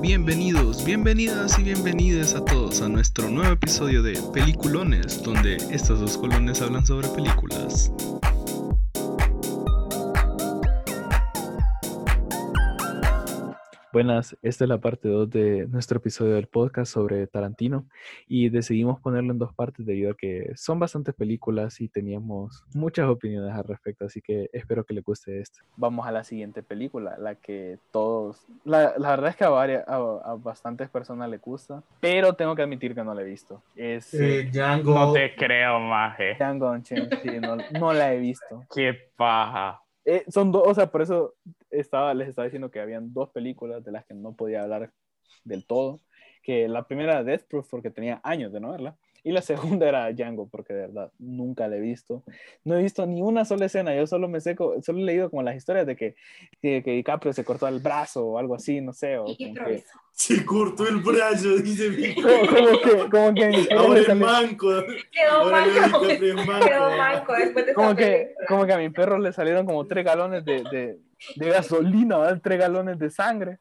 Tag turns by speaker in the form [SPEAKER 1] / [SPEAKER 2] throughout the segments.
[SPEAKER 1] Bienvenidos, bienvenidas y bienvenidas a todos a nuestro nuevo episodio de Peliculones, donde estas dos colones hablan sobre películas.
[SPEAKER 2] Buenas, esta es la parte 2 de nuestro episodio del podcast sobre Tarantino y decidimos ponerlo en dos partes debido a que son bastantes películas y teníamos muchas opiniones al respecto, así que espero que les guste este.
[SPEAKER 3] Vamos a la siguiente película, la que todos, la, la verdad es que a, varias, a, a bastantes personas le gusta, pero tengo que admitir que no la he visto. Es
[SPEAKER 4] Eh, Django.
[SPEAKER 5] No te creo, maje.
[SPEAKER 3] Django Unchained, sí, no, no la he visto.
[SPEAKER 5] Qué paja.
[SPEAKER 3] Eh, son dos, o sea, por eso estaba, les estaba diciendo que habían dos películas de las que no podía hablar del todo. Que la primera era Death Proof porque tenía años de no verla. Y la segunda era Django porque de verdad nunca la he visto. No he visto ni una sola escena. Yo solo me sé, co- solo he leído como las historias de que, de que DiCaprio se cortó el brazo o algo así, no sé. O
[SPEAKER 6] Y qué
[SPEAKER 3] como, que,
[SPEAKER 6] progreso.
[SPEAKER 4] Se cortó el brazo, dice mi
[SPEAKER 3] como que, como que en historias
[SPEAKER 4] Ahora
[SPEAKER 3] le
[SPEAKER 4] es
[SPEAKER 3] salió-
[SPEAKER 4] manco.
[SPEAKER 6] Quedó
[SPEAKER 4] Ahora
[SPEAKER 6] manco.
[SPEAKER 4] le dice, "Pero es manco".
[SPEAKER 6] Quedó manco después de
[SPEAKER 3] como
[SPEAKER 6] esta
[SPEAKER 3] que,
[SPEAKER 6] película.
[SPEAKER 3] como que a mi perro le salieron como tres galones de, de, de gasolina, ¿verdad? tres galones de sangre.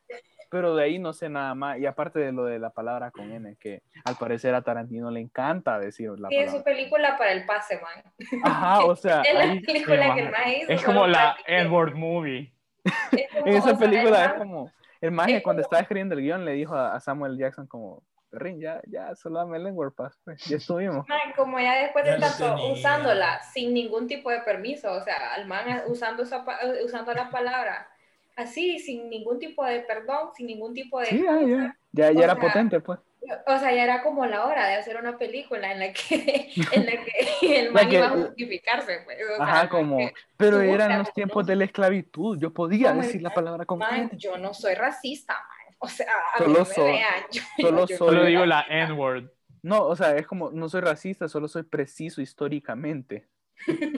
[SPEAKER 3] Pero de ahí no sé nada más. Y aparte de lo de la palabra con N, que al parecer a Tarantino le encanta decir la
[SPEAKER 6] Sí, es su
[SPEAKER 3] palabra.
[SPEAKER 6] película para el pase, man.
[SPEAKER 3] Ajá, o sea,
[SPEAKER 6] Es
[SPEAKER 3] ahí-
[SPEAKER 6] la película que
[SPEAKER 5] man.
[SPEAKER 6] el más hizo.
[SPEAKER 5] Es
[SPEAKER 6] solo
[SPEAKER 5] como la
[SPEAKER 6] para que-
[SPEAKER 5] Edward Movie.
[SPEAKER 6] es como,
[SPEAKER 3] en
[SPEAKER 6] o
[SPEAKER 3] esa
[SPEAKER 6] sea,
[SPEAKER 3] película es
[SPEAKER 6] el man-
[SPEAKER 3] como. El maje
[SPEAKER 6] es
[SPEAKER 3] cuando
[SPEAKER 6] como-
[SPEAKER 3] estaba escribiendo el guión le dijo a, a Samuel Jackson como, Perrin, ya, ya, solo dame el Lenguard Pass, pues, ya estuvimos.
[SPEAKER 6] Man, como ya después de
[SPEAKER 4] Ya no
[SPEAKER 6] tanto
[SPEAKER 4] tenía.
[SPEAKER 6] usándola sin ningún tipo de permiso, o sea, al man usando, esa pa- eh, usando la palabra así, sin ningún tipo de perdón, sin ningún tipo de...
[SPEAKER 3] Sí, ya, ya, ya, ya
[SPEAKER 6] O
[SPEAKER 3] era
[SPEAKER 6] sea,
[SPEAKER 3] potente, pues.
[SPEAKER 6] O sea, ya era como la hora de hacer una película en la que, en la que el
[SPEAKER 3] La
[SPEAKER 6] man
[SPEAKER 3] que-
[SPEAKER 6] iba a justificarse. Pues. O sea,
[SPEAKER 3] Ajá, como, pero
[SPEAKER 6] tú
[SPEAKER 3] eran
[SPEAKER 6] buscas,
[SPEAKER 3] los tiempos
[SPEAKER 6] ¿no?
[SPEAKER 3] de la esclavitud, yo podía
[SPEAKER 6] Como el
[SPEAKER 3] decir la palabra con N.
[SPEAKER 6] Man, yo no soy racista, man. O sea, a
[SPEAKER 3] Solo
[SPEAKER 6] mí no me
[SPEAKER 3] soy-
[SPEAKER 6] vean, yo-
[SPEAKER 3] solo
[SPEAKER 6] yo-
[SPEAKER 3] Solo
[SPEAKER 5] Solo digo la N-word.
[SPEAKER 3] No, o sea, es como, no soy racista, solo soy preciso históricamente.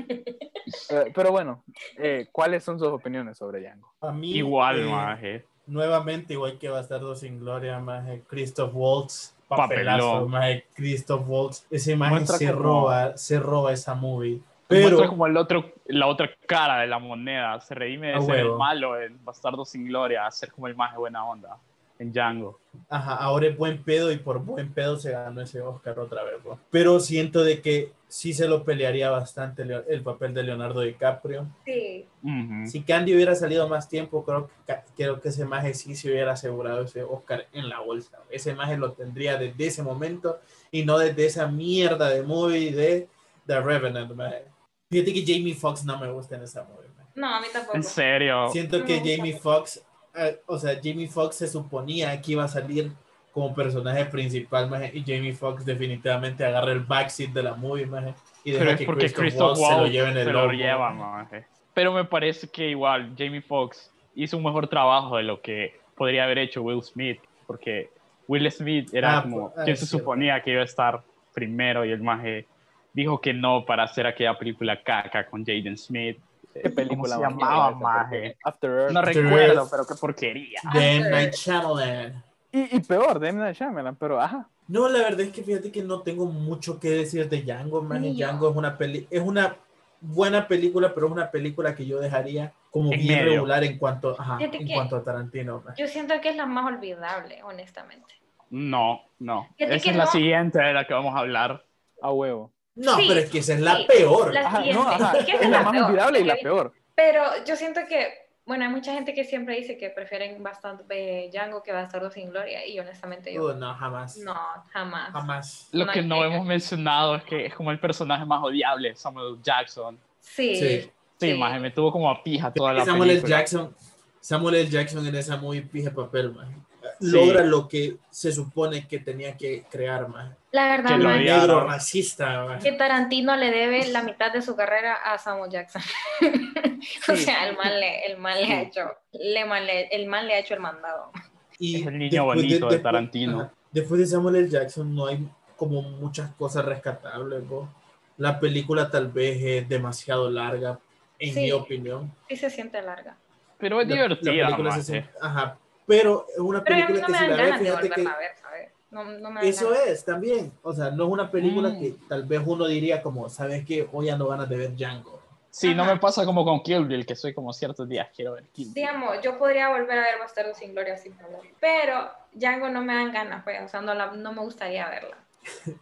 [SPEAKER 3] Eh, pero bueno, eh, ¿cuáles son sus opiniones sobre Django?
[SPEAKER 4] A mí,
[SPEAKER 5] Igual,
[SPEAKER 4] eh,
[SPEAKER 5] maje.
[SPEAKER 4] Nuevamente, igual que Bastardo sin Gloria, más Christoph Waltz.
[SPEAKER 5] Papelón.
[SPEAKER 4] Papelazo, más Christoph Waltz. Ese imagen
[SPEAKER 3] Muestra
[SPEAKER 4] se
[SPEAKER 3] como-
[SPEAKER 4] roba, se roba esa movie.
[SPEAKER 5] Muestra
[SPEAKER 4] Pero
[SPEAKER 5] como el otro, la otra cara de la moneda. Se redime de
[SPEAKER 4] A
[SPEAKER 5] ser
[SPEAKER 4] Ah, huevo.
[SPEAKER 5] el malo, el bastardo sin gloria, a ser como el maje buena onda. En Django.
[SPEAKER 4] ajá, ahora es buen pedo y por buen pedo se ganó ese Oscar otra vez. bro. Pero siento de que sí se lo pelearía bastante Leo- el papel de Leonardo DiCaprio.
[SPEAKER 6] Sí.
[SPEAKER 5] Ujú.
[SPEAKER 4] Si Candy hubiera salido más tiempo, creo que, ca- creo que ese maje sí se hubiera asegurado ese Oscar en la bolsa. Ese maje lo tendría desde ese momento y no desde esa mierda de movie de The Revenant. maje. Fíjate que Jamie Foxx no me gusta en esa movie. maje.
[SPEAKER 6] No, a mí tampoco.
[SPEAKER 5] En serio.
[SPEAKER 4] Siento
[SPEAKER 6] No
[SPEAKER 4] que
[SPEAKER 6] me gusta.
[SPEAKER 4] Jamie Foxx, eh, o sea, Jamie Foxx se suponía que iba a salir como personaje principal maje, y Jamie Foxx definitivamente agarra el backseat de la movie maje, y deja
[SPEAKER 5] Pero es
[SPEAKER 4] que
[SPEAKER 5] porque
[SPEAKER 4] Christoph
[SPEAKER 5] Christoph
[SPEAKER 4] Waltz se lo
[SPEAKER 5] Waltz
[SPEAKER 4] lleve en el
[SPEAKER 5] se lo
[SPEAKER 4] hombro.
[SPEAKER 5] lleva, maje. Pero me parece que igual Jamie Foxx hizo un mejor trabajo de lo que podría haber hecho Will Smith, porque Will Smith era
[SPEAKER 4] Ah,
[SPEAKER 5] como
[SPEAKER 4] pues, ah,
[SPEAKER 5] quien
[SPEAKER 4] es
[SPEAKER 5] se
[SPEAKER 4] cierto.
[SPEAKER 5] suponía que iba a estar primero y el maje dijo que no para hacer aquella película caca con Jaden Smith.
[SPEAKER 3] ¿Qué película
[SPEAKER 5] se
[SPEAKER 3] más
[SPEAKER 5] llamaba,
[SPEAKER 3] mierda esa?
[SPEAKER 5] maje?
[SPEAKER 3] After Earth.
[SPEAKER 5] No
[SPEAKER 4] After
[SPEAKER 5] recuerdo,
[SPEAKER 4] Earth.
[SPEAKER 5] pero qué porquería.
[SPEAKER 4] De M. Night Shyamalan.
[SPEAKER 3] Y, y peor, de M. Night Shyamalan, pero ajá.
[SPEAKER 4] No, la verdad es que fíjate que no tengo mucho que decir de Django, man.
[SPEAKER 6] Ni yo.
[SPEAKER 4] Django es una peli, es una buena película, pero es una película que yo dejaría como
[SPEAKER 5] En
[SPEAKER 4] bien
[SPEAKER 5] medio.
[SPEAKER 4] regular en cuanto, ajá,
[SPEAKER 6] Fíjate
[SPEAKER 4] en
[SPEAKER 6] que-
[SPEAKER 4] cuanto a Tarantino. man.
[SPEAKER 6] Yo siento que es la más olvidable, honestamente.
[SPEAKER 5] No, no.
[SPEAKER 6] Fíjate
[SPEAKER 5] Esa
[SPEAKER 6] que
[SPEAKER 5] es la
[SPEAKER 6] no.
[SPEAKER 5] siguiente de la que vamos a hablar.
[SPEAKER 3] A huevo.
[SPEAKER 4] No,
[SPEAKER 6] Sí,
[SPEAKER 4] pero es que esa es la
[SPEAKER 6] sí,
[SPEAKER 4] peor.
[SPEAKER 6] la-
[SPEAKER 3] Ajá,
[SPEAKER 6] Siguiente.
[SPEAKER 3] no, ajá,
[SPEAKER 6] Es que esa
[SPEAKER 3] es
[SPEAKER 6] es
[SPEAKER 3] la
[SPEAKER 6] la
[SPEAKER 3] más
[SPEAKER 6] peor,
[SPEAKER 3] olvidable y
[SPEAKER 6] la
[SPEAKER 3] la
[SPEAKER 6] que-
[SPEAKER 3] peor.
[SPEAKER 6] Pero yo siento que, bueno, hay mucha gente que siempre dice que prefieren bastante eh, Django que Bastardo sin Gloria. Y honestamente yo,
[SPEAKER 4] Uh, no, jamás.
[SPEAKER 6] no, jamás.
[SPEAKER 4] Jamás.
[SPEAKER 5] Lo
[SPEAKER 6] Una
[SPEAKER 5] que no
[SPEAKER 6] caca.
[SPEAKER 5] hemos mencionado es que es como el personaje más odiable, Samuel Jackson.
[SPEAKER 6] Sí.
[SPEAKER 4] Sí.
[SPEAKER 5] Sí,
[SPEAKER 6] Sí.
[SPEAKER 5] maje, me tuvo como a pija toda la
[SPEAKER 4] Samuel L.
[SPEAKER 5] película.
[SPEAKER 4] Jackson, Samuel L. Jackson en esa muy pija papel, man.
[SPEAKER 5] Sí.
[SPEAKER 4] Logra lo que se supone que tenía que crear, man.
[SPEAKER 6] La verdad,
[SPEAKER 5] Que lo
[SPEAKER 6] man,
[SPEAKER 5] odiaba.
[SPEAKER 4] Negro
[SPEAKER 5] odiaron.
[SPEAKER 4] racista, man.
[SPEAKER 6] que Tarantino le debe la mitad de su carrera a Samuel Jackson. o
[SPEAKER 3] Sí.
[SPEAKER 6] sea, el man le, el man le ha hecho, le man le- el man le ha hecho el mandado.
[SPEAKER 4] Y
[SPEAKER 5] Es el niño
[SPEAKER 4] después
[SPEAKER 5] bonito de Tarantino.
[SPEAKER 4] ajá, después de Samuel L. Jackson no hay como muchas cosas rescatables. bo. La película tal vez es demasiado larga, en
[SPEAKER 6] Sí.
[SPEAKER 4] mi opinión.
[SPEAKER 6] Sí se siente larga.
[SPEAKER 5] Pero es
[SPEAKER 4] La- la
[SPEAKER 5] divertida, eh.
[SPEAKER 4] película se
[SPEAKER 5] maje.
[SPEAKER 4] hace- ajá, pero es una
[SPEAKER 6] Pero a mí
[SPEAKER 4] película
[SPEAKER 6] no
[SPEAKER 4] que
[SPEAKER 6] me
[SPEAKER 4] si
[SPEAKER 6] dan
[SPEAKER 4] la ves,
[SPEAKER 6] ganas de
[SPEAKER 4] fíjate que
[SPEAKER 6] volverla a ver, ¿sabes? No, no me dan
[SPEAKER 4] eso
[SPEAKER 6] ganas.
[SPEAKER 4] es también. O sea, no es una película
[SPEAKER 5] Mm.
[SPEAKER 4] que tal vez uno diría como, ¿sabes qué? Hoy ando ganas de ver Django.
[SPEAKER 5] Sí, no
[SPEAKER 6] Ajá.
[SPEAKER 5] me pasa como con Kill Bill, que soy como ciertos días, quiero ver Kill Bill.
[SPEAKER 6] Digamos, yo podría volver a ver Bastardo sin Gloria sin problema. Pero Django no me dan ganas, pues, o sea, no, la- no me gustaría verla.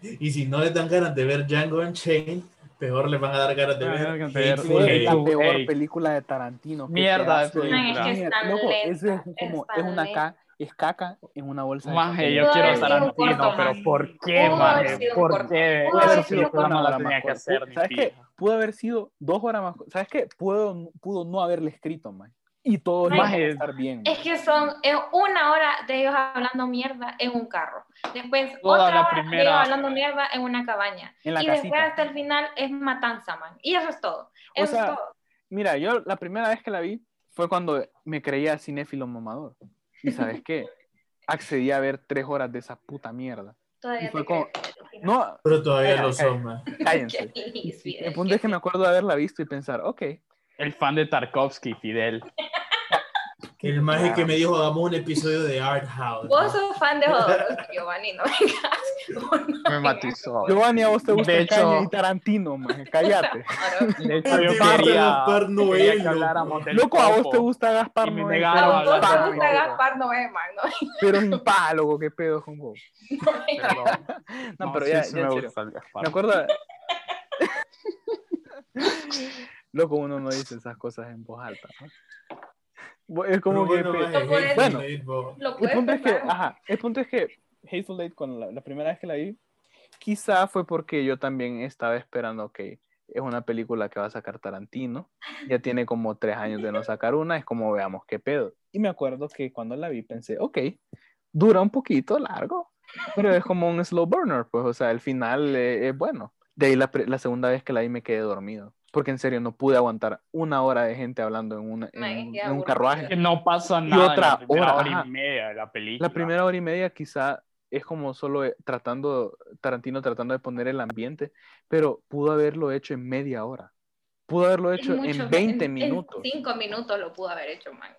[SPEAKER 4] Y si no les dan ganas de ver Django Unchained, peor les van a dar ganas de
[SPEAKER 5] Ah,
[SPEAKER 4] ver.
[SPEAKER 5] ganas de ver
[SPEAKER 4] Hateful
[SPEAKER 3] Fue
[SPEAKER 5] Ey,
[SPEAKER 3] la
[SPEAKER 4] Eight.
[SPEAKER 5] Hateful
[SPEAKER 3] peor
[SPEAKER 5] ey.
[SPEAKER 3] película de Tarantino. que
[SPEAKER 5] Mierda de
[SPEAKER 3] pedazo
[SPEAKER 5] película.
[SPEAKER 6] Man, es que es tan
[SPEAKER 3] Loco, eso es
[SPEAKER 6] lenta,
[SPEAKER 3] como,
[SPEAKER 6] es
[SPEAKER 3] es una
[SPEAKER 6] tan
[SPEAKER 3] ca, es caca en una bolsa. de
[SPEAKER 5] Maje,
[SPEAKER 3] papel.
[SPEAKER 5] yo quiero a
[SPEAKER 6] haber sido un
[SPEAKER 5] Tarantino,
[SPEAKER 6] corto,
[SPEAKER 5] pero
[SPEAKER 6] maje.
[SPEAKER 5] ¿por qué,
[SPEAKER 6] Pudo haber
[SPEAKER 5] maje?
[SPEAKER 6] sido un
[SPEAKER 5] ¿Por
[SPEAKER 6] corto.
[SPEAKER 5] qué?
[SPEAKER 6] Pudo haber
[SPEAKER 5] Esa
[SPEAKER 6] sido un
[SPEAKER 5] película no
[SPEAKER 3] corto.
[SPEAKER 5] la tenía que hacer, ni
[SPEAKER 3] ¿Sabes qué?
[SPEAKER 5] pija.
[SPEAKER 3] Pudo haber sido dos horas más. ¿Sabes qué? Pudo, pudo no haberle escrito, man. Y todo iba a
[SPEAKER 5] Maje.
[SPEAKER 3] estar bien.
[SPEAKER 6] Es que son es una hora de ellos hablando mierda en un carro. Después
[SPEAKER 5] Toda
[SPEAKER 6] otra
[SPEAKER 5] la
[SPEAKER 6] hora
[SPEAKER 5] primera-
[SPEAKER 6] de ellos hablando mierda en una cabaña.
[SPEAKER 3] En la
[SPEAKER 6] y después
[SPEAKER 3] casita.
[SPEAKER 6] hasta el final es matanza, man. Y eso es todo. Eso
[SPEAKER 3] sea,
[SPEAKER 6] es todo.
[SPEAKER 3] Mira, yo la primera vez que la vi fue cuando me creía cinéfilo mamador. ¿Y sabes qué? Accedí a ver tres horas de esa puta mierda.
[SPEAKER 6] Todavía
[SPEAKER 3] fue
[SPEAKER 6] te
[SPEAKER 3] como-
[SPEAKER 6] creo.
[SPEAKER 3] No,
[SPEAKER 4] Pero todavía
[SPEAKER 3] Ay,
[SPEAKER 4] lo
[SPEAKER 3] ay,
[SPEAKER 4] son, man.
[SPEAKER 3] cállense.
[SPEAKER 6] Qué difícil,
[SPEAKER 3] El punto es que me acuerdo de haberla visto y pensar, ok,
[SPEAKER 5] El fan de Tarkovsky, Fidel.
[SPEAKER 4] El maje que me dijo, hagamos un episodio de Art House.
[SPEAKER 6] Vos sos fan de Jodorowsky, Giovanni, no vengas.
[SPEAKER 5] Me matizó.
[SPEAKER 3] Giovanni, a vos te gusta
[SPEAKER 5] De
[SPEAKER 3] el caña
[SPEAKER 5] hecho-
[SPEAKER 3] y Tarantino, man, cállate.
[SPEAKER 5] De hecho, yo quería,
[SPEAKER 4] Gaspar
[SPEAKER 5] quería que
[SPEAKER 4] Noel,
[SPEAKER 5] habláramos del
[SPEAKER 3] Loco, a vos te
[SPEAKER 5] topo.
[SPEAKER 3] gusta Gaspar
[SPEAKER 5] Y me
[SPEAKER 3] Noé,
[SPEAKER 5] negaron
[SPEAKER 3] pero
[SPEAKER 5] a
[SPEAKER 6] A vos
[SPEAKER 5] hablar.
[SPEAKER 6] te
[SPEAKER 3] impá,
[SPEAKER 6] gusta
[SPEAKER 5] Gaspar.
[SPEAKER 6] Gaspar Noé, man. No,
[SPEAKER 3] Pero impá, loco, qué pedo con vos.
[SPEAKER 6] no vengas.
[SPEAKER 5] Perdón.
[SPEAKER 3] No, pero ya,
[SPEAKER 5] sí, sí
[SPEAKER 3] ya en
[SPEAKER 5] me
[SPEAKER 3] serio.
[SPEAKER 5] gusta el Gaspar.
[SPEAKER 3] Me acuerdo. Loco, uno no dice esas cosas en voz alta. ¿no? Bu- Es como que. pe- Bueno.
[SPEAKER 6] Lo
[SPEAKER 3] el
[SPEAKER 6] puedes
[SPEAKER 3] punto es que,
[SPEAKER 6] pensar.
[SPEAKER 3] ajá, el punto es que Hateful Eight, cuando la, la primera vez que la vi, quizá fue porque yo también estaba esperando que es una película que va a sacar Tarantino. Ya tiene como tres años de no sacar una, es como veamos qué pedo. Y me acuerdo que cuando la vi pensé, ok, dura un poquito largo, pero es como un slow burner, pues, o sea, el final eh, es bueno. De ahí la, pre- la segunda vez que la vi me quedé dormido, porque en serio no pude aguantar una hora de gente hablando en, una- en
[SPEAKER 6] Mae,
[SPEAKER 3] un-
[SPEAKER 6] qué
[SPEAKER 3] en un
[SPEAKER 6] aburrido.
[SPEAKER 3] carruaje.
[SPEAKER 5] Que no pasa nada. en
[SPEAKER 3] otra
[SPEAKER 5] la primera
[SPEAKER 3] hora,
[SPEAKER 5] hora
[SPEAKER 3] ajá.
[SPEAKER 5] y media de la película.
[SPEAKER 3] La primera hora y media quizá es como solo eh, tratando, Tarantino tratando de poner el ambiente, pero pudo haberlo hecho en media hora. Pudo haberlo
[SPEAKER 6] Es
[SPEAKER 3] hecho
[SPEAKER 6] mucho,
[SPEAKER 3] en 20
[SPEAKER 6] en-
[SPEAKER 3] minutos.
[SPEAKER 6] En 5 minutos lo pudo haber hecho, man.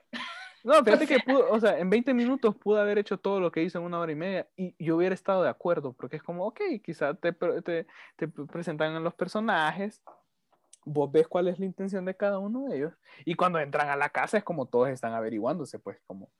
[SPEAKER 3] No, fíjate que pudo, o sea, en 20 minutos pudo haber hecho todo lo que hizo en una hora y media y yo hubiera estado de acuerdo, porque es como, ok, quizá te, pre- te, te presentan a los personajes, vos ves cuál es la intención de cada uno de ellos, y cuando entran a la casa es como todos están averiguándose, pues, como,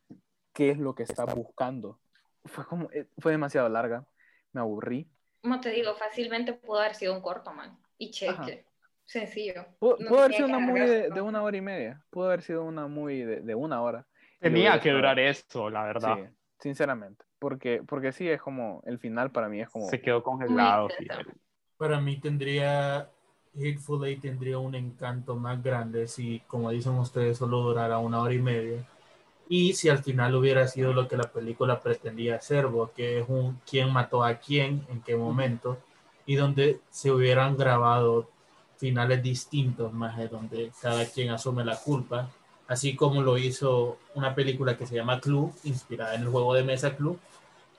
[SPEAKER 3] qué es lo que está buscando. Fue como, eh, fue demasiado larga, me aburrí.
[SPEAKER 6] Como te digo, fácilmente pudo haber sido un corto, man. Y cheque. Sencillo.
[SPEAKER 3] Pudo,
[SPEAKER 6] No
[SPEAKER 3] pudo haber sido
[SPEAKER 6] tenía que
[SPEAKER 3] una movie
[SPEAKER 6] alargarse,
[SPEAKER 3] de,
[SPEAKER 6] ¿no?
[SPEAKER 3] de una hora y media, pudo haber sido una movie de, de una hora.
[SPEAKER 5] Tenía que durar eso, la verdad.
[SPEAKER 3] Sí, sinceramente. Porque, porque sí, es como, el final para mí es como...
[SPEAKER 5] Se quedó congelado.
[SPEAKER 6] Muy
[SPEAKER 5] Fidel.
[SPEAKER 4] Para mí tendría, Hateful Eight tendría un encanto más grande si, como dicen ustedes, solo durara una hora y media. Y si al final hubiera sido lo que la película pretendía hacer, vos, que es un quién mató a quién, en qué momento, y donde se hubieran grabado finales distintos, más de donde cada quien asume la culpa, así como lo hizo una película que se llama Club, inspirada en el juego de mesa Club,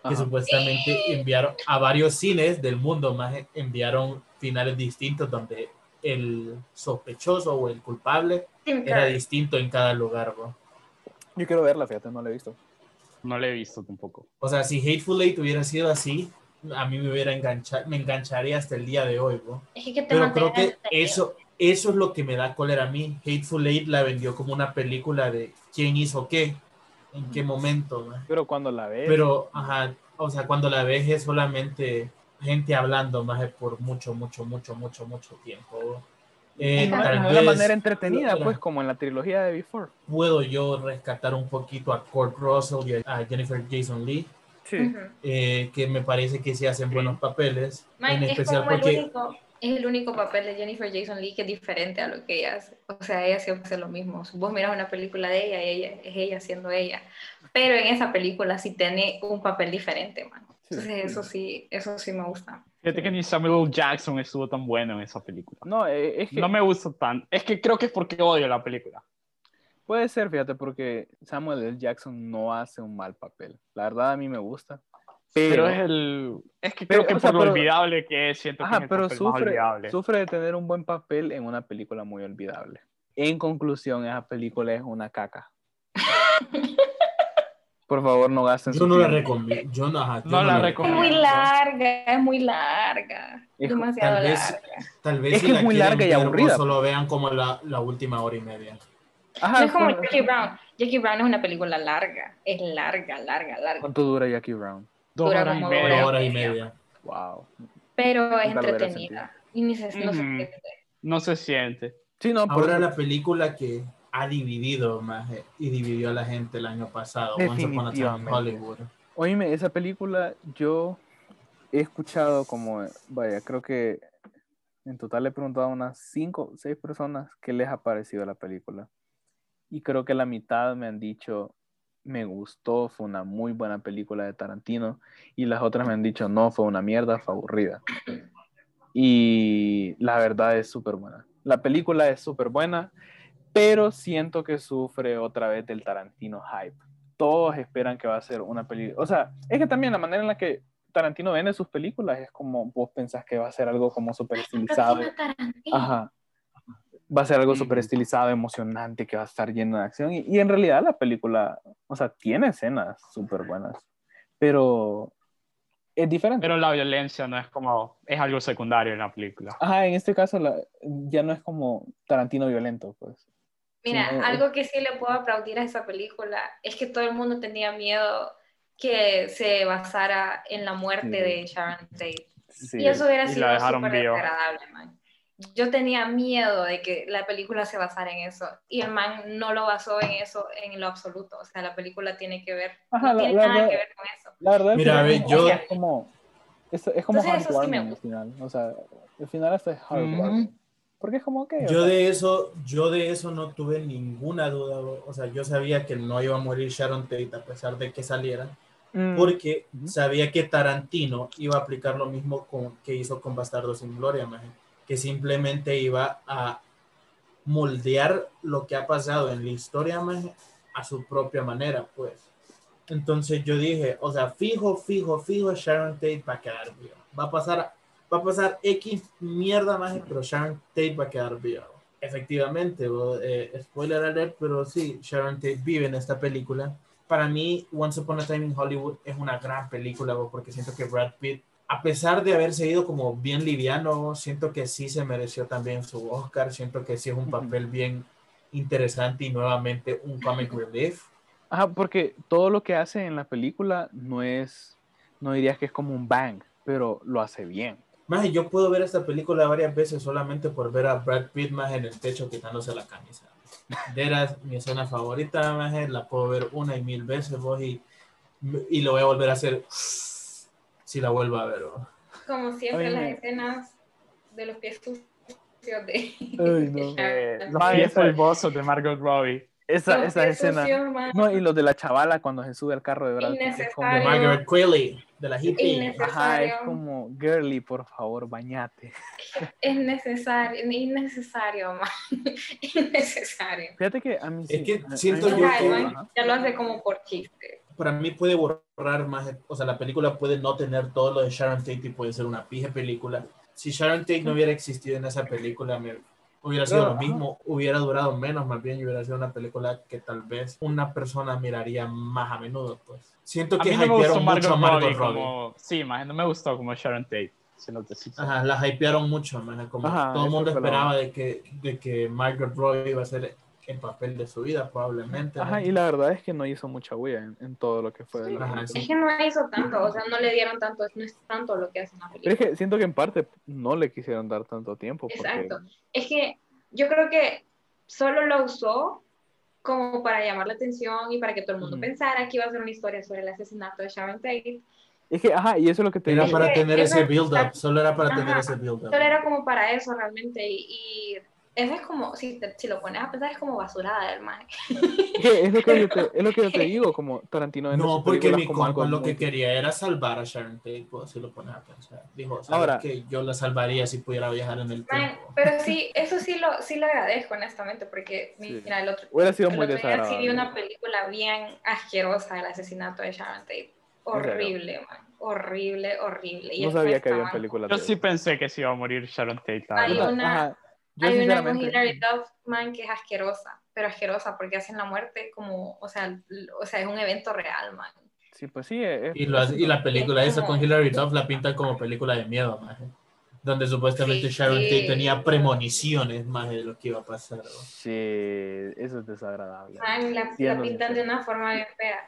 [SPEAKER 4] que
[SPEAKER 3] Ajá.
[SPEAKER 4] supuestamente enviaron a varios cines del mundo más enviaron finales distintos donde el sospechoso o el culpable
[SPEAKER 6] Tim
[SPEAKER 4] era
[SPEAKER 6] Curry.
[SPEAKER 4] distinto en cada lugar. bro.
[SPEAKER 3] Yo quiero verla, fíjate, no la he visto.
[SPEAKER 5] No le he visto tampoco.
[SPEAKER 4] O sea, si Hateful Eight hubiera sido así, a mí me hubiera enganchado, me engancharía hasta el día de hoy. bro.
[SPEAKER 6] Es que, que te
[SPEAKER 4] Pero creo
[SPEAKER 6] mantengan
[SPEAKER 4] que
[SPEAKER 6] entretenido.
[SPEAKER 4] eso, eso es lo que me da cólera a mí. Hateful Eight la vendió como una película de quién hizo qué, en qué momento. man.
[SPEAKER 3] Pero cuando la ves...
[SPEAKER 4] Pero, ajá, o sea, cuando la ves es solamente gente hablando más por mucho, mucho, mucho, mucho, mucho tiempo. Eh,
[SPEAKER 3] de
[SPEAKER 4] tal
[SPEAKER 3] una
[SPEAKER 4] vez
[SPEAKER 3] manera entretenida,
[SPEAKER 4] Mira.
[SPEAKER 3] pues, como en la trilogía de Before.
[SPEAKER 4] puedo yo rescatar un poquito a Kurt Russell y a Jennifer Jason Lee,
[SPEAKER 3] Sí.
[SPEAKER 6] Ujú.
[SPEAKER 4] eh, que me parece que sí hacen buenos papeles,
[SPEAKER 6] Man,
[SPEAKER 4] en
[SPEAKER 6] es
[SPEAKER 4] especial
[SPEAKER 6] como el
[SPEAKER 4] porque
[SPEAKER 6] único- es el único papel de Jennifer Jason Lee que es diferente a lo que ella hace. O sea, ella siempre hace lo mismo. Vos miras una película de ella, y ella es ella siendo ella. Pero en esa película sí tiene un papel diferente, man. Entonces, eso sí, eso sí me gusta.
[SPEAKER 5] Fíjate que ni Samuel L. Jackson estuvo tan bueno en esa película.
[SPEAKER 3] No, eh, es que
[SPEAKER 5] No me gusta tan. Es que creo que es porque odio la película.
[SPEAKER 3] puede ser, fíjate, porque Samuel L. Jackson no hace un mal papel. La verdad, a mí me gusta. Pero,
[SPEAKER 5] Pero es el. Es que
[SPEAKER 3] Pero,
[SPEAKER 5] creo que
[SPEAKER 3] o sea,
[SPEAKER 5] por lo
[SPEAKER 3] pero-
[SPEAKER 5] olvidable que es, siento que
[SPEAKER 3] Ajá,
[SPEAKER 5] es
[SPEAKER 3] pero
[SPEAKER 5] el papel más
[SPEAKER 3] sufre,
[SPEAKER 5] olvidable.
[SPEAKER 3] sufre de tener un buen papel en una película muy olvidable. En conclusión, esa película es una caca. Por favor, no gasten
[SPEAKER 4] Yo
[SPEAKER 3] su
[SPEAKER 4] no la
[SPEAKER 3] tiempo.
[SPEAKER 4] recomiendo. Yo no, ajá, yo
[SPEAKER 5] No la
[SPEAKER 6] Es
[SPEAKER 5] recomiendo.
[SPEAKER 6] muy larga, es muy larga.
[SPEAKER 3] Hijo,
[SPEAKER 6] demasiado
[SPEAKER 4] tal vez-
[SPEAKER 6] larga.
[SPEAKER 4] Tal vez
[SPEAKER 3] Es
[SPEAKER 4] si
[SPEAKER 3] que es
[SPEAKER 4] la
[SPEAKER 3] muy
[SPEAKER 4] quieren
[SPEAKER 3] larga y
[SPEAKER 4] ver,
[SPEAKER 3] aburrida.
[SPEAKER 4] Solo vean como la, la última hora y media.
[SPEAKER 3] Ajá,
[SPEAKER 6] No es como
[SPEAKER 3] por-
[SPEAKER 6] Jackie Brown. Jackie Brown es una película larga. Es larga, larga, larga.
[SPEAKER 3] ¿Cuánto dura Jackie Brown?
[SPEAKER 5] Dos
[SPEAKER 6] Dura
[SPEAKER 5] horas y
[SPEAKER 6] como
[SPEAKER 5] media.
[SPEAKER 6] Hora y
[SPEAKER 4] Una hora y
[SPEAKER 6] media.
[SPEAKER 4] media.
[SPEAKER 3] Wow.
[SPEAKER 6] Pero es
[SPEAKER 3] Nunca lo hubiera
[SPEAKER 6] entretenida. Y ni se- no se
[SPEAKER 5] Mm.
[SPEAKER 6] entiende.
[SPEAKER 5] No se siente.
[SPEAKER 3] Sí, no, por
[SPEAKER 4] Ahora la película que ha dividido más eh, y dividió a la gente el año pasado. Once Upon a Time in
[SPEAKER 3] Definitivamente.
[SPEAKER 4] Hollywood.
[SPEAKER 3] Oíme, esa película yo he escuchado como, vaya, creo que en total le he preguntado a unas 5 o 6 personas qué les ha parecido la película. Y creo que la mitad me han dicho, me gustó, fue una muy buena película de Tarantino. Y las otras me han dicho, no, fue una mierda, fue aburrida. Y la verdad es súper buena. La película es súper buena, pero siento que sufre otra vez del Tarantino hype todos esperan que va a ser una película. O sea, es que también la manera en la que Tarantino vende sus películas es como vos pensás que va a ser algo como súper estilizado.
[SPEAKER 6] Próxima Tarantino.
[SPEAKER 3] Ajá. Va a ser algo súper estilizado, emocionante, que va a estar lleno de acción. Y, y en realidad la película, o sea, tiene escenas súper buenas, pero es diferente.
[SPEAKER 5] Pero la violencia no es como. Es algo secundario en la película.
[SPEAKER 3] Ajá, en este caso la- ya no es como Tarantino violento, pues.
[SPEAKER 6] Mira,
[SPEAKER 3] Sí, no,
[SPEAKER 6] algo que sí le puedo aplaudir a esa película es que todo el mundo tenía miedo que se basara en la muerte
[SPEAKER 3] Sí.
[SPEAKER 6] de Sharon Tate.
[SPEAKER 3] Sí.
[SPEAKER 6] Y eso hubiera
[SPEAKER 5] y la
[SPEAKER 6] sido
[SPEAKER 5] dejaron
[SPEAKER 6] súper
[SPEAKER 5] viva.
[SPEAKER 6] desagradable, man. Yo tenía miedo de que la película se basara en eso. Y el man no lo basó en eso en lo absoluto. O sea, la película tiene que ver,
[SPEAKER 3] Ajá,
[SPEAKER 6] no
[SPEAKER 3] la-
[SPEAKER 6] tiene
[SPEAKER 3] la-
[SPEAKER 6] nada
[SPEAKER 3] la-
[SPEAKER 6] que ver con eso.
[SPEAKER 3] La verdad,
[SPEAKER 4] Mira,
[SPEAKER 3] es
[SPEAKER 4] a
[SPEAKER 3] que
[SPEAKER 4] ver,
[SPEAKER 6] yo-
[SPEAKER 3] es como, es, es como
[SPEAKER 6] Entonces, eso sí me
[SPEAKER 3] heartwarming al
[SPEAKER 6] gusta.
[SPEAKER 3] final. O sea, el final hasta es heartwarming. Porque es como que. o
[SPEAKER 4] Yo
[SPEAKER 3] sea,
[SPEAKER 4] de eso, yo de eso no tuve ninguna duda. bro. O sea, yo sabía que no iba a morir Sharon Tate a pesar de que saliera,
[SPEAKER 3] mm,
[SPEAKER 4] porque
[SPEAKER 3] Ujú.
[SPEAKER 4] sabía que Tarantino iba a aplicar lo mismo con- que hizo con Bastardo sin Gloria, maje, que simplemente iba a moldear lo que ha pasado en la historia maje, a su propia manera, pues. Entonces yo dije, o sea, fijo, fijo, fijo, Sharon Tate va a quedar viva. Va a pasar, va a pasar X mierda más, pero Sharon Tate va a quedar viva. Efectivamente, o, eh, spoiler alert, pero sí, Sharon Tate vive en esta película. Para mí, Once Upon a Time in Hollywood es una gran película, bo, porque siento que Brad Pitt, a pesar de haberse ido como bien liviano, siento que sí se mereció también su Oscar, siento que sí es un
[SPEAKER 3] Ujú.
[SPEAKER 4] papel bien interesante y nuevamente un comic relief.
[SPEAKER 3] Ajá, porque todo lo que hace en la película no es. No dirías que es como un bang, pero lo hace bien.
[SPEAKER 4] Más yo puedo ver esta película varias veces solamente por ver a Brad Pitt más en el techo quitándose la camisa. Era mi escena favorita, más la puedo ver una y mil veces vos y, y lo voy a volver a hacer si la vuelvo a ver. bo.
[SPEAKER 6] Como siempre,
[SPEAKER 3] Ay,
[SPEAKER 6] las
[SPEAKER 3] me-
[SPEAKER 6] escenas de los pies sucios de.
[SPEAKER 3] Ay, Eh, no.
[SPEAKER 5] Eh,
[SPEAKER 6] de Sharon.
[SPEAKER 3] Los
[SPEAKER 5] Más
[SPEAKER 3] pies-
[SPEAKER 5] polvoso de Margot Robbie.
[SPEAKER 3] Esa,
[SPEAKER 6] Los
[SPEAKER 3] esa
[SPEAKER 6] pies
[SPEAKER 3] escena.
[SPEAKER 6] sucios, man.
[SPEAKER 3] No, y los de la chavala cuando se sube al carro de Brad Pitt, es como-
[SPEAKER 4] De
[SPEAKER 6] Innecesario.
[SPEAKER 4] Margaret Qualley, de la hippie.
[SPEAKER 6] Innecesario.
[SPEAKER 3] Ajá, es como, girly, por favor, bañate.
[SPEAKER 6] Es necesario, innecesario, man. innecesario.
[SPEAKER 3] Fíjate que a mí eh,
[SPEAKER 4] Es que
[SPEAKER 3] a- a mí
[SPEAKER 4] siento
[SPEAKER 3] me
[SPEAKER 4] yo
[SPEAKER 6] Ajá,
[SPEAKER 3] gusta,
[SPEAKER 6] el
[SPEAKER 4] que-
[SPEAKER 6] man
[SPEAKER 3] ajá.
[SPEAKER 6] ya lo hace como por chiste.
[SPEAKER 4] Para mí puede borrar más, o sea, la película puede no tener todo lo de Sharon Tate y puede ser una pija película. Si Sharon Tate no hubiera existido en esa película, me- hubiera sido
[SPEAKER 3] Claro,
[SPEAKER 4] lo mismo, hubiera durado menos, más bien y hubiera sido una película que tal vez una persona miraría más a menudo, pues. Siento
[SPEAKER 5] A
[SPEAKER 4] que
[SPEAKER 5] mí no me gustó
[SPEAKER 4] hypearon mucho
[SPEAKER 5] Margot,
[SPEAKER 4] a Margot
[SPEAKER 5] Robbie,
[SPEAKER 4] Robbie.
[SPEAKER 5] como. Sí, más no me gustó como Sharon Tate. Se lo decía.
[SPEAKER 4] Ajá, la hypearon mucho, man, como
[SPEAKER 3] Ajá,
[SPEAKER 4] todo el
[SPEAKER 3] eso
[SPEAKER 4] mundo
[SPEAKER 3] fue lo-
[SPEAKER 4] esperaba de que, de que Margot Robbie iba a ser el papel de su vida, probablemente.
[SPEAKER 3] Ajá,
[SPEAKER 4] ¿no?
[SPEAKER 3] y la verdad es que no hizo mucha huella en, en todo lo que fue. la
[SPEAKER 4] Ajá,
[SPEAKER 3] película.
[SPEAKER 4] sí.
[SPEAKER 6] Es que no hizo tanto, o sea, no le dieron tanto, no es tanto lo que hace en la
[SPEAKER 3] Pero
[SPEAKER 6] película.
[SPEAKER 3] es que siento que en parte no le quisieron dar tanto tiempo. Porque,
[SPEAKER 6] Exacto. Es que yo creo que solo lo usó como para llamar la atención y para que todo el mundo
[SPEAKER 3] Ujú.
[SPEAKER 6] pensara que iba a ser una historia sobre el asesinato de Sharon Tate.
[SPEAKER 3] Es que, ajá, y eso es lo que te
[SPEAKER 4] Era
[SPEAKER 3] digo.
[SPEAKER 4] para
[SPEAKER 6] que
[SPEAKER 4] tener
[SPEAKER 6] eso-
[SPEAKER 4] ese build-up, solo era para
[SPEAKER 6] Ajá,
[SPEAKER 4] tener ese build-up.
[SPEAKER 6] Solo era como para eso realmente y, y eso es como, si, te- si lo pones a pensar, es como basurada del maje.
[SPEAKER 3] Es que es lo que, yo te, es lo que yo te digo, como Tarantino. vende
[SPEAKER 4] No,
[SPEAKER 3] sus
[SPEAKER 4] porque
[SPEAKER 3] películas
[SPEAKER 4] mi
[SPEAKER 3] como algo
[SPEAKER 4] compa lo
[SPEAKER 3] muy-
[SPEAKER 4] que quería era salvar a Sharon Tate, pues, si lo pones a pensar. Dijo,
[SPEAKER 3] Ahora-
[SPEAKER 4] Ahora, que yo la salvaría si pudiera viajar en el
[SPEAKER 6] Man,
[SPEAKER 4] tiempo.
[SPEAKER 6] pero sí, eso sí lo, sí lo agradezco honestamente porque
[SPEAKER 3] Sí.
[SPEAKER 6] mira, el otro
[SPEAKER 3] Hubiera sido
[SPEAKER 6] El
[SPEAKER 3] muy
[SPEAKER 6] otro día sí vi
[SPEAKER 3] desagradable.
[SPEAKER 6] una película bien asquerosa del asesinato de Sharon Tate. Horrible, man. Horrible, horrible. Y
[SPEAKER 3] No
[SPEAKER 6] después
[SPEAKER 3] sabía que había
[SPEAKER 6] estaban-
[SPEAKER 3] películas
[SPEAKER 5] Yo
[SPEAKER 3] de
[SPEAKER 5] sí pensé que se iba a morir Sharon Tate. la
[SPEAKER 6] Hay
[SPEAKER 5] verdad.
[SPEAKER 6] una-
[SPEAKER 3] Ajá, yo
[SPEAKER 6] Hay una con
[SPEAKER 3] sinceramente-
[SPEAKER 6] Hilary Duff, man, que es asquerosa. pero asquerosa, porque hacen la muerte como, o sea, l- o sea es un evento real, man.
[SPEAKER 3] Sí, pues sí. es-
[SPEAKER 4] Y, lo hace- y la película esa con Hilary Duff la pinta como película de miedo, maje. Donde supuestamente
[SPEAKER 6] Sí,
[SPEAKER 4] Sharon
[SPEAKER 6] sí.
[SPEAKER 4] Tate tenía premoniciones más de lo que iba a pasar. ¿no?
[SPEAKER 3] Sí, eso es desagradable.
[SPEAKER 6] Man, la,
[SPEAKER 3] Sí,
[SPEAKER 6] la
[SPEAKER 3] no,
[SPEAKER 6] pintan
[SPEAKER 3] no.
[SPEAKER 6] de una forma bien fea.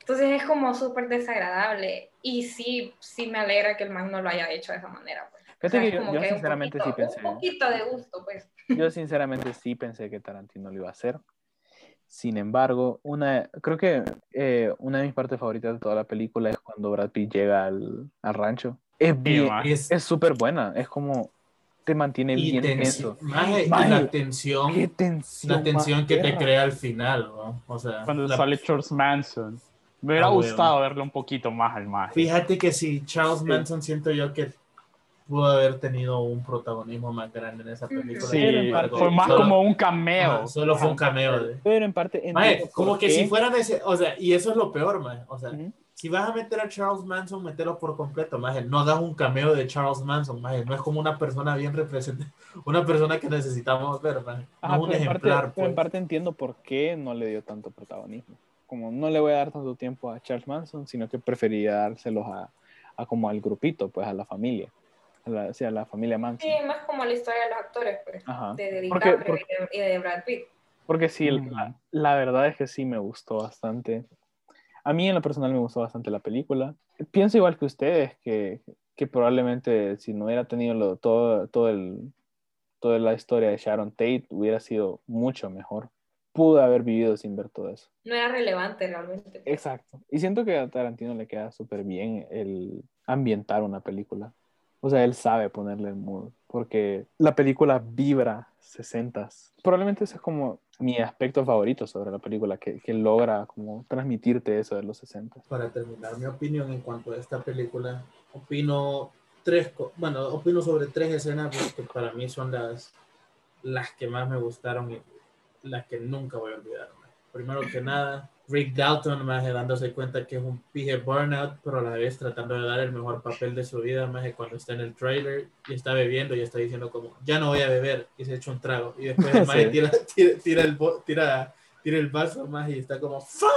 [SPEAKER 6] Entonces es como súper desagradable. Y sí, sí me alegra que el man no lo haya hecho de esa manera. Pues. O
[SPEAKER 3] Fíjate
[SPEAKER 6] sea,
[SPEAKER 3] que
[SPEAKER 6] es
[SPEAKER 3] yo,
[SPEAKER 6] como
[SPEAKER 3] yo
[SPEAKER 6] que un
[SPEAKER 3] sinceramente sí
[SPEAKER 6] poquito-
[SPEAKER 3] pensé.
[SPEAKER 6] Un poquito de gusto, pues.
[SPEAKER 3] Yo sinceramente sí pensé que Tarantino lo iba a hacer. Sin embargo, una, creo que eh, una de mis partes favoritas de toda la película es cuando Brad Pitt llega al, al rancho. Es bien,
[SPEAKER 5] va.
[SPEAKER 4] Es,
[SPEAKER 3] Ah, es súper buena. Es como te mantiene
[SPEAKER 4] y,
[SPEAKER 3] bien
[SPEAKER 4] tensi-
[SPEAKER 3] tenso.
[SPEAKER 4] maje, y
[SPEAKER 3] Maje,
[SPEAKER 4] la tensión,
[SPEAKER 3] Qué tensión.
[SPEAKER 4] la tensión
[SPEAKER 3] más
[SPEAKER 4] que te
[SPEAKER 3] perra.
[SPEAKER 4] crea al final. ¿no? O sea,
[SPEAKER 5] Cuando
[SPEAKER 4] la-
[SPEAKER 5] sale Charles Manson. Me hubiera
[SPEAKER 4] Ah, huevo.
[SPEAKER 5] gustado verlo un poquito más al más.
[SPEAKER 4] Fíjate que si Charles
[SPEAKER 3] Sí.
[SPEAKER 4] Manson siento yo que pudo haber tenido un protagonismo más grande en esa película.
[SPEAKER 5] Sí,
[SPEAKER 4] Sin embargo,
[SPEAKER 5] fue más
[SPEAKER 4] solo-
[SPEAKER 5] como un
[SPEAKER 4] ajá,
[SPEAKER 5] cameo.
[SPEAKER 4] Solo fue un cameo. de-
[SPEAKER 3] Pero en parte
[SPEAKER 4] Maje,
[SPEAKER 3] entiendo
[SPEAKER 4] como
[SPEAKER 3] por
[SPEAKER 4] que
[SPEAKER 3] qué.
[SPEAKER 4] si fueran ese, o sea, y eso es lo peor, maje, o sea,
[SPEAKER 3] Ujú.
[SPEAKER 4] si vas a meter a Charles Manson, metelo por completo, maje, no hagas un cameo de Charles Manson, maje, no es como una persona bien representada, una persona que necesitamos ver, maje, no
[SPEAKER 3] Ajá,
[SPEAKER 4] es un
[SPEAKER 3] pero en parte-
[SPEAKER 4] ejemplar,
[SPEAKER 3] pero en
[SPEAKER 4] pues.
[SPEAKER 3] parte entiendo por qué no le dio tanto protagonismo. Como no le voy a dar tanto tiempo a Charles Manson, sino que prefería dárselos a, a como al grupito, pues a la familia. A la, sí, a la familia Manson.
[SPEAKER 6] Sí, más como la historia de los actores, pues.
[SPEAKER 3] Ajá.
[SPEAKER 6] De, de
[SPEAKER 3] Porque-
[SPEAKER 6] DiCaprio y de- y de Brad Pitt.
[SPEAKER 3] Porque sí, el-
[SPEAKER 5] Ujú.
[SPEAKER 3] la, la verdad es que sí me gustó bastante. A mí en lo personal me gustó bastante la película. Pienso igual que ustedes, que, que probablemente si no hubiera tenido lo- todo, todo el, toda la historia de Sharon Tate, hubiera sido mucho mejor. Pude haber vivido sin ver todo eso.
[SPEAKER 6] No era relevante realmente.
[SPEAKER 3] Exacto. Y siento que a Tarantino le queda súper bien el ambientar una película. O sea, él sabe ponerle el mood, porque la película vibra 60. Probablemente ese es como mi aspecto favorito sobre la película, que, que logra como transmitirte eso de los 60.
[SPEAKER 4] Para terminar mi opinión en cuanto a esta película, opino tres, co- bueno, opino sobre tres escenas pues, que para mí son las, las que más me gustaron y las que nunca voy a olvidar. man. Primero que nada, Rick Dalton, más dándose cuenta que es un pije burnout, pero a la vez tratando de dar el mejor papel de su vida, más cuando está en el trailer y está bebiendo y está diciendo como, ya no voy a beber, y se echa un trago. Y después el maje
[SPEAKER 3] Sí.
[SPEAKER 4] tira, tira, tira el, bo- tira, tira el vaso, más y está como, "Fuck".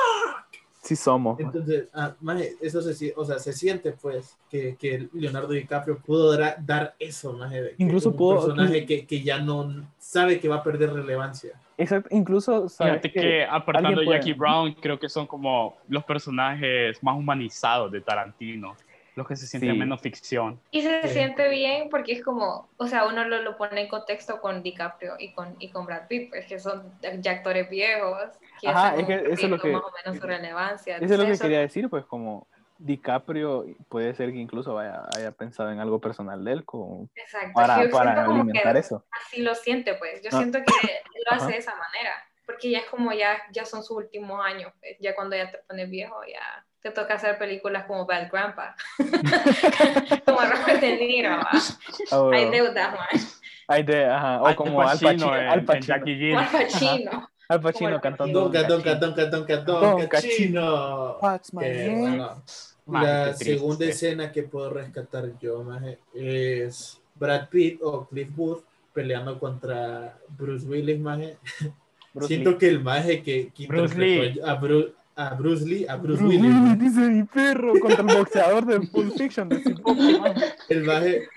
[SPEAKER 3] Sí somos. man.
[SPEAKER 4] Entonces, ah, maje, eso se, si- o sea, se siente pues que, que Leonardo DiCaprio pudo dra- dar, eso, maje, de que
[SPEAKER 3] Incluso
[SPEAKER 4] un
[SPEAKER 3] pudo-
[SPEAKER 4] personaje que, que ya no sabe que va a perder relevancia.
[SPEAKER 3] Exacto. Incluso, ¿sabes
[SPEAKER 5] Fíjate
[SPEAKER 3] qué?
[SPEAKER 5] que apartando
[SPEAKER 3] alguien puede-
[SPEAKER 5] Jackie Brown, creo que son como los personajes más humanizados de Tarantino, los que se sienten
[SPEAKER 3] Sí.
[SPEAKER 5] menos ficción.
[SPEAKER 6] Y se
[SPEAKER 4] Sí.
[SPEAKER 6] siente bien porque es como, o sea, uno lo, lo pone en contexto con DiCaprio y con, y con Brad Pitt, pues que son ya actores viejos, que ya
[SPEAKER 3] Ajá,
[SPEAKER 6] están
[SPEAKER 3] es que
[SPEAKER 6] como
[SPEAKER 3] eso es lo
[SPEAKER 6] perdiendo
[SPEAKER 3] que-
[SPEAKER 6] más o menos su relevancia.
[SPEAKER 3] Eso es lo que
[SPEAKER 6] Entonces,
[SPEAKER 3] quería decir, pues como DiCaprio puede ser que incluso vaya- haya pensado en algo personal de él como
[SPEAKER 6] Exacto,
[SPEAKER 3] para,
[SPEAKER 6] yo
[SPEAKER 3] para
[SPEAKER 6] siento como
[SPEAKER 3] alimentar
[SPEAKER 6] que
[SPEAKER 3] eso.
[SPEAKER 6] así lo siente, pues, yo
[SPEAKER 3] Ah.
[SPEAKER 6] siento que él lo hace
[SPEAKER 3] Ajá.
[SPEAKER 6] de esa manera, porque ya es como ya, ya son sus últimos años, pues, ya cuando ya te pones viejo, ya te toca hacer películas como Bad Grandpa, como Robert De Niro, va.
[SPEAKER 3] Ah,
[SPEAKER 6] hay
[SPEAKER 3] bueno.
[SPEAKER 6] deudas, man,
[SPEAKER 3] Ay, de, ajá, o como Al Pacino,
[SPEAKER 5] en-
[SPEAKER 3] Al Pacino,
[SPEAKER 5] en Jackie
[SPEAKER 6] Al
[SPEAKER 5] Gyllenhaal.
[SPEAKER 6] Pacino.
[SPEAKER 3] Al
[SPEAKER 6] como
[SPEAKER 3] Pacino
[SPEAKER 6] el-
[SPEAKER 3] cantando.
[SPEAKER 4] Donca, donca, donca, donca,
[SPEAKER 3] Donca,
[SPEAKER 4] donca, chino.
[SPEAKER 3] What's my
[SPEAKER 4] Que,
[SPEAKER 3] name?
[SPEAKER 4] bueno,
[SPEAKER 5] Man,
[SPEAKER 4] la
[SPEAKER 5] qué triste.
[SPEAKER 4] segunda escena que puedo rescatar yo, maje, es Brad Pitt o Cliff Booth peleando contra Bruce Willis, maje.
[SPEAKER 3] Bruce
[SPEAKER 4] Siento
[SPEAKER 3] Lee.
[SPEAKER 4] que el maje que, que
[SPEAKER 5] Bruce
[SPEAKER 4] interpretó a Bruce, a Bruce Lee, a Bruce, Willis, maje.
[SPEAKER 3] dice mi perro contra el boxeador de Pulp Fiction de Zipoco, man.
[SPEAKER 4] el maje,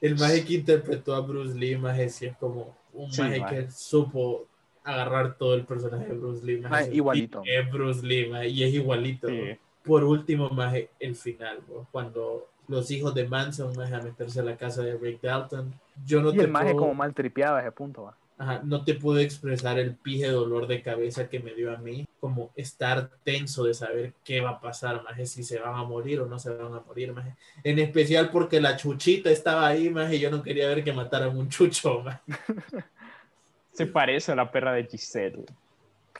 [SPEAKER 4] el maje que interpretó a Bruce Lee, maje, sí es como un
[SPEAKER 5] Sí,
[SPEAKER 4] maje
[SPEAKER 5] maje.
[SPEAKER 4] que supo agarrar todo el personaje de Bruce Lee, maje.
[SPEAKER 3] Maje,
[SPEAKER 4] sentir
[SPEAKER 3] igualito.
[SPEAKER 4] que Es Bruce Lee, maje, y es igualito.
[SPEAKER 5] Sí.
[SPEAKER 4] Por último, maje, el final, bo, cuando los hijos de Manson, maje, a meterse a la casa de Rick Dalton. Yo no
[SPEAKER 3] Y
[SPEAKER 4] te
[SPEAKER 3] el maje
[SPEAKER 4] puedo-
[SPEAKER 3] como mal tripeado a ese punto, va.
[SPEAKER 4] Ajá, no te puedo expresar el pije dolor de cabeza que me dio a mí, como estar tenso de saber qué va a pasar, maje, si se van a morir o no se van a morir, maje. En especial porque la chuchita estaba ahí, maje, y yo no quería ver que mataran un chucho, maje.
[SPEAKER 5] Se parece a la perra de Giselle.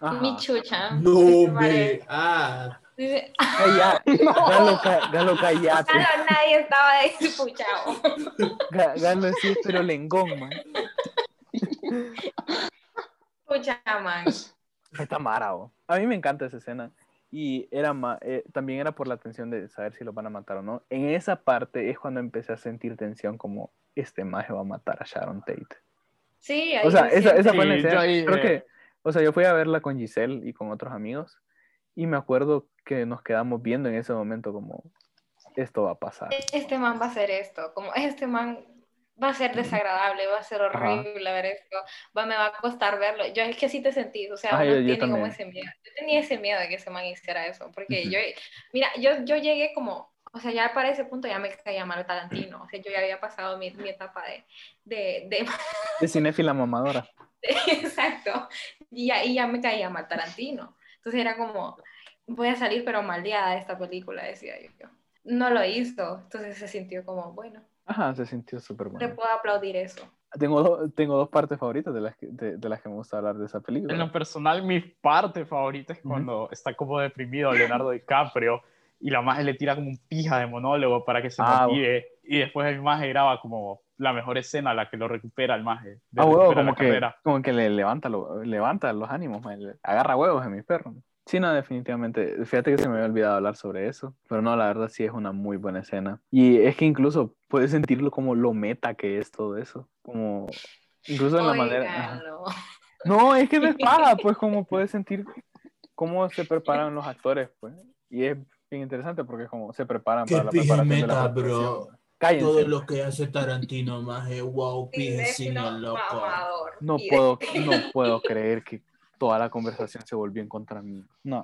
[SPEAKER 3] Ajá.
[SPEAKER 6] Mi chucha.
[SPEAKER 4] No, me. Ah,
[SPEAKER 6] Dice,
[SPEAKER 3] Ay, ya. Galo, ca- Galo, callate.
[SPEAKER 6] Claro, Ah, nadie estaba de escuchado.
[SPEAKER 3] Ga- Galo sí, pero lengón, man.
[SPEAKER 6] Escucha, man.
[SPEAKER 3] Está mara, bo. A mí me encanta esa escena. Y era ma- eh, también era por la tensión de saber si lo van a matar o no. En esa parte es cuando empecé a sentir tensión como este maje va a matar a Sharon Tate.
[SPEAKER 6] Sí, ahí
[SPEAKER 3] O sea,
[SPEAKER 6] se
[SPEAKER 3] esa,
[SPEAKER 6] siente.
[SPEAKER 3] esa fue la
[SPEAKER 5] Sí,
[SPEAKER 3] escena.
[SPEAKER 5] yo ahí,
[SPEAKER 3] creo,
[SPEAKER 5] eh,
[SPEAKER 3] que, O sea, yo fui a verla con Giselle y con otros amigos y me acuerdo que nos quedamos viendo en ese momento como esto va a pasar.
[SPEAKER 6] Este man va a hacer esto, como este man va a ser desagradable, va a ser horrible ver esto, va, me va a costar verlo. Yo es que así te sentís, o sea,
[SPEAKER 3] Ah,
[SPEAKER 6] uno
[SPEAKER 3] yo- yo
[SPEAKER 6] tiene como
[SPEAKER 3] también.
[SPEAKER 6] ese miedo. Yo tenía ese miedo de que ese man hiciera eso, porque
[SPEAKER 2] Ujú.
[SPEAKER 6] yo, mira, yo, yo llegué como, o sea, ya para ese punto ya me caía mal Tarantino, o sea, yo ya había pasado mi, mi etapa de, de, de
[SPEAKER 3] De cinéfila mamadora.
[SPEAKER 6] Exacto. Y ya, y ya me caía mal Tarantino. Entonces era como, voy a salir pero maldeada de esta película, decía yo. No lo hizo, entonces se sintió como, bueno,
[SPEAKER 3] Ajá, se sintió súper
[SPEAKER 6] te
[SPEAKER 3] bueno.
[SPEAKER 6] puedo aplaudir eso.
[SPEAKER 3] Tengo, do- tengo dos partes favoritas de las, que, de, de las que me gusta hablar de esa película.
[SPEAKER 5] En lo personal, mi parte favorita es cuando está como deprimido Leonardo DiCaprio y la maje le tira como un pija de monólogo para que se
[SPEAKER 3] Ah,
[SPEAKER 5] motive y después el maje graba como la mejor escena, la que lo recupera el maje. de
[SPEAKER 3] Ah, huevo,
[SPEAKER 5] recupera
[SPEAKER 3] como
[SPEAKER 5] la
[SPEAKER 3] que,
[SPEAKER 5] carrera.
[SPEAKER 3] como que le levanta, lo- levanta los ánimos, man, le agarra huevos en mi perro. Sí, no, definitivamente. Fíjate que se me había olvidado hablar sobre eso, pero no, la verdad sí es una muy buena escena. Y es que incluso puedes sentirlo como lo meta que es todo eso. Como, incluso en la manera... ajá.
[SPEAKER 6] Oígalo.
[SPEAKER 3] No, es que me paja, pues como puedes sentir cómo se preparan los actores, pues. Y es bien interesante porque es como se preparan
[SPEAKER 4] Qué
[SPEAKER 3] para la
[SPEAKER 4] pija
[SPEAKER 3] preparación de la
[SPEAKER 4] meta, bro.
[SPEAKER 3] preparación.
[SPEAKER 4] Todo
[SPEAKER 3] Cállense.
[SPEAKER 4] lo que hace Tarantino más es wow, pije
[SPEAKER 6] Cinéfilo
[SPEAKER 4] cine loco.
[SPEAKER 6] mamador.
[SPEAKER 3] No
[SPEAKER 6] Y de-
[SPEAKER 3] puedo, no puedo creer que toda la conversación se volvió en contra mí. No.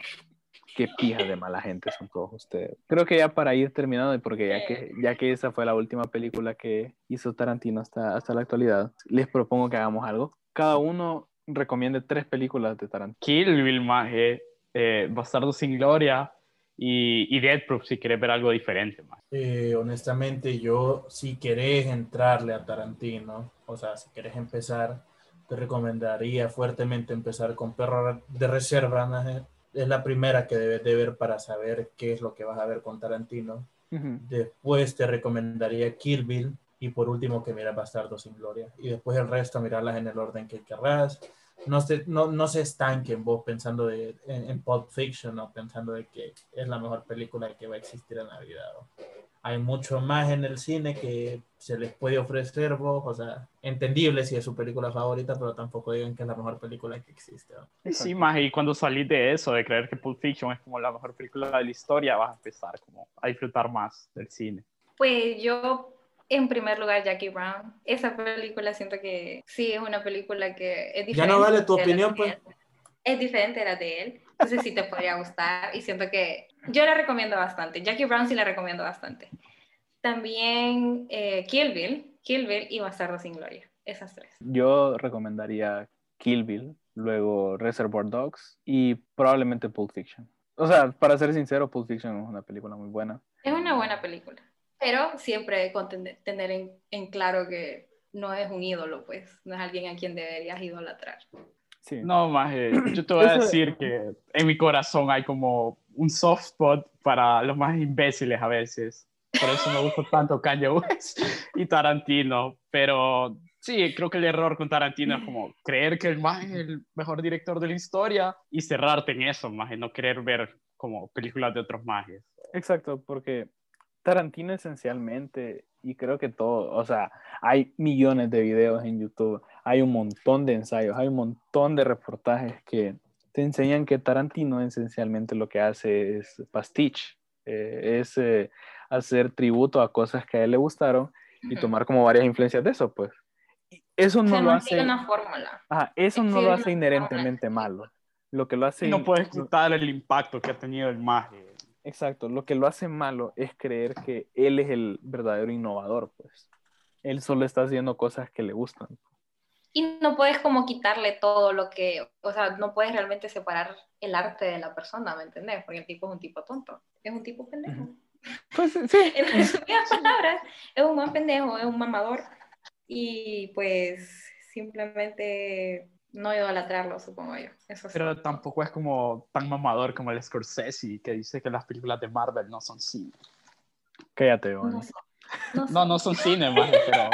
[SPEAKER 3] Qué pija de mala gente son todos ustedes. Creo que ya para ir terminando, y porque ya que, ya que esa fue la última película que hizo Tarantino hasta, hasta la actualidad, les propongo que hagamos algo. Cada uno recomiende tres películas de Tarantino.
[SPEAKER 5] Kill Bill, maje, eh, Bastardo sin Gloria y, y Dead Proof, si quieres ver algo diferente. Maje.
[SPEAKER 4] Eh, honestamente, yo, si querés entrarle a Tarantino, o sea, si querés empezar, te recomendaría fuertemente empezar con Perro de Reserva. maje. Es la primera que debes de ver para saber qué es lo que vas a ver con Tarantino. Después te recomendaría Kill Bill. Y por último, que miras Bastardo sin Gloria. Y después el resto, mirarlas en el orden que querrás. No se, no, no se estanquen vos pensando de, en, en Pulp Fiction o pensando de que es la mejor película que va a existir en la vida. ¿no? Hay mucho más en el cine que se les puede ofrecer vos. O sea, entendible si es su película favorita, pero tampoco digan que es la mejor película que existe. ¿no?
[SPEAKER 5] Y sí, maje, y cuando salís de eso, de creer que Pulp Fiction es como la mejor película de la historia, vas a empezar como a disfrutar más del cine.
[SPEAKER 6] Pues yo, en primer lugar, Jackie Brown. Esa película siento que sí es una película que es diferente.
[SPEAKER 4] Ya no vale tu
[SPEAKER 6] de las
[SPEAKER 4] opinión,
[SPEAKER 6] de
[SPEAKER 4] pues.
[SPEAKER 6] él. Es diferente a la de él. Entonces sí te podría gustar y siento que yo la recomiendo bastante. Jackie Brown sí la recomiendo bastante. También eh, Kill Bill, Kill Bill y Bastardo sin Gloria. Esas tres.
[SPEAKER 3] Yo recomendaría Kill Bill, luego Reservoir Dogs y probablemente Pulp Fiction. O sea, para ser sincero, Pulp Fiction es una película muy buena.
[SPEAKER 6] Es una buena película, pero siempre con ten- tener en, en claro que no es un ídolo, pues no es alguien a quien deberías idolatrar.
[SPEAKER 3] Sí.
[SPEAKER 5] No, más, yo te voy a
[SPEAKER 3] Eso-
[SPEAKER 5] decir que en mi corazón hay como un soft spot para los más imbéciles a veces. Por eso me gusta tanto Kanye West y Tarantino. Pero sí, creo que el error con Tarantino es como creer que el más es el mejor director de la historia y cerrarte en eso, más no querer ver como películas de otros mages.
[SPEAKER 3] Exacto, porque Tarantino esencialmente, y creo que todo, o sea, hay millones de videos en YouTube, hay un montón de ensayos, hay un montón de reportajes que te enseñan que Tarantino esencialmente lo que hace es pastiche, eh, es eh, hacer tributo a cosas que a él le gustaron y
[SPEAKER 6] Ujú.
[SPEAKER 3] tomar como varias influencias de eso, pues. Y Eso
[SPEAKER 6] O
[SPEAKER 3] no
[SPEAKER 6] sea,
[SPEAKER 3] lo
[SPEAKER 6] no sigue
[SPEAKER 3] hace,
[SPEAKER 6] una fórmula.
[SPEAKER 3] ajá, eso no
[SPEAKER 6] sigue
[SPEAKER 3] lo
[SPEAKER 6] una
[SPEAKER 3] hace
[SPEAKER 6] forma.
[SPEAKER 3] inherentemente malo. Lo que lo hace
[SPEAKER 5] No puedes quitar el impacto que ha tenido el maje.
[SPEAKER 3] Exacto, lo que lo hace malo es creer que él es el verdadero innovador, pues. Él solo está haciendo cosas que le gustan.
[SPEAKER 6] Y no puedes como quitarle todo lo que, o sea, no puedes realmente separar el arte de la persona, ¿me entendés? Porque el tipo es un tipo tonto, es un tipo pendejo.
[SPEAKER 3] Pues sí.
[SPEAKER 6] En resumidas palabras, es un buen pendejo, es un mamador. Y pues simplemente no idolatrarlo, supongo yo. Eso sí.
[SPEAKER 5] Pero tampoco es como tan mamador como el Scorsese que dice que las películas de Marvel no son cine.
[SPEAKER 3] Cállate,
[SPEAKER 6] no
[SPEAKER 3] Bonnie.
[SPEAKER 6] sé, no sé.
[SPEAKER 5] No, no son cine, maje, pero...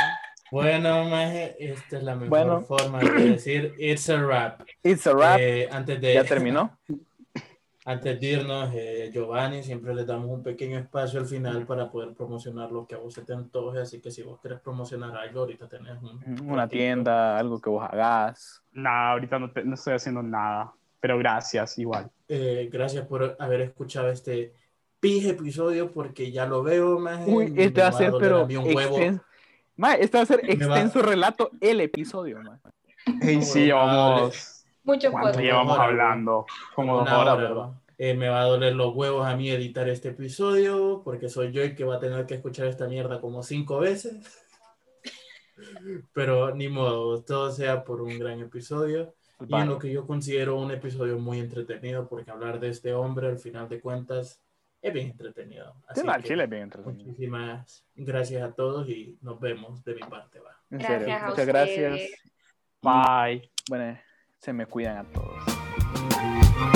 [SPEAKER 4] Bueno, maje, esta es la mejor
[SPEAKER 3] Bueno.
[SPEAKER 4] forma de decir it's a wrap.
[SPEAKER 3] It's a wrap.
[SPEAKER 4] Eh, antes de
[SPEAKER 3] Ya terminó.
[SPEAKER 4] Antes de irnos, eh, Giovanni, siempre les damos un pequeño espacio al final para poder promocionar lo que a vos se te antoje. Así que si vos querés promocionar algo, ahorita tenés un-
[SPEAKER 3] Una tienda, algo que vos hagas.
[SPEAKER 5] Nah, ahorita no, te- no estoy haciendo nada, pero gracias igual.
[SPEAKER 4] Eh, gracias por haber escuchado este pije episodio porque ya lo veo más.
[SPEAKER 3] Uy, este va a ser, pero
[SPEAKER 4] un huevo.
[SPEAKER 3] extenso. Ma, este va a ser
[SPEAKER 4] Me va-
[SPEAKER 3] extenso relato el episodio, ma.
[SPEAKER 5] Y sí, vamos.
[SPEAKER 6] Mucho
[SPEAKER 5] ¿Cuánto
[SPEAKER 6] podcast.
[SPEAKER 5] llevamos
[SPEAKER 4] hora,
[SPEAKER 5] hablando? Como dos
[SPEAKER 4] Una
[SPEAKER 5] horas,
[SPEAKER 4] hora,
[SPEAKER 5] ¿verdad?
[SPEAKER 4] va. Eh, me va a doler los huevos a mí editar este episodio porque soy yo el que va a tener que escuchar esta mierda como cinco veces. Pero ni modo, todo sea por un gran episodio y en lo que yo considero un episodio muy entretenido porque hablar de este hombre al final de cuentas es bien entretenido. Así
[SPEAKER 3] Tiene al
[SPEAKER 4] que
[SPEAKER 3] chile bien entretenido.
[SPEAKER 4] muchísimas gracias a todos y nos vemos de mi parte. Va.
[SPEAKER 3] En
[SPEAKER 6] Gracias
[SPEAKER 3] serio,
[SPEAKER 6] a
[SPEAKER 3] muchas
[SPEAKER 6] ustedes.
[SPEAKER 3] gracias.
[SPEAKER 5] Bye.
[SPEAKER 3] Bueno, se me cuidan a todos.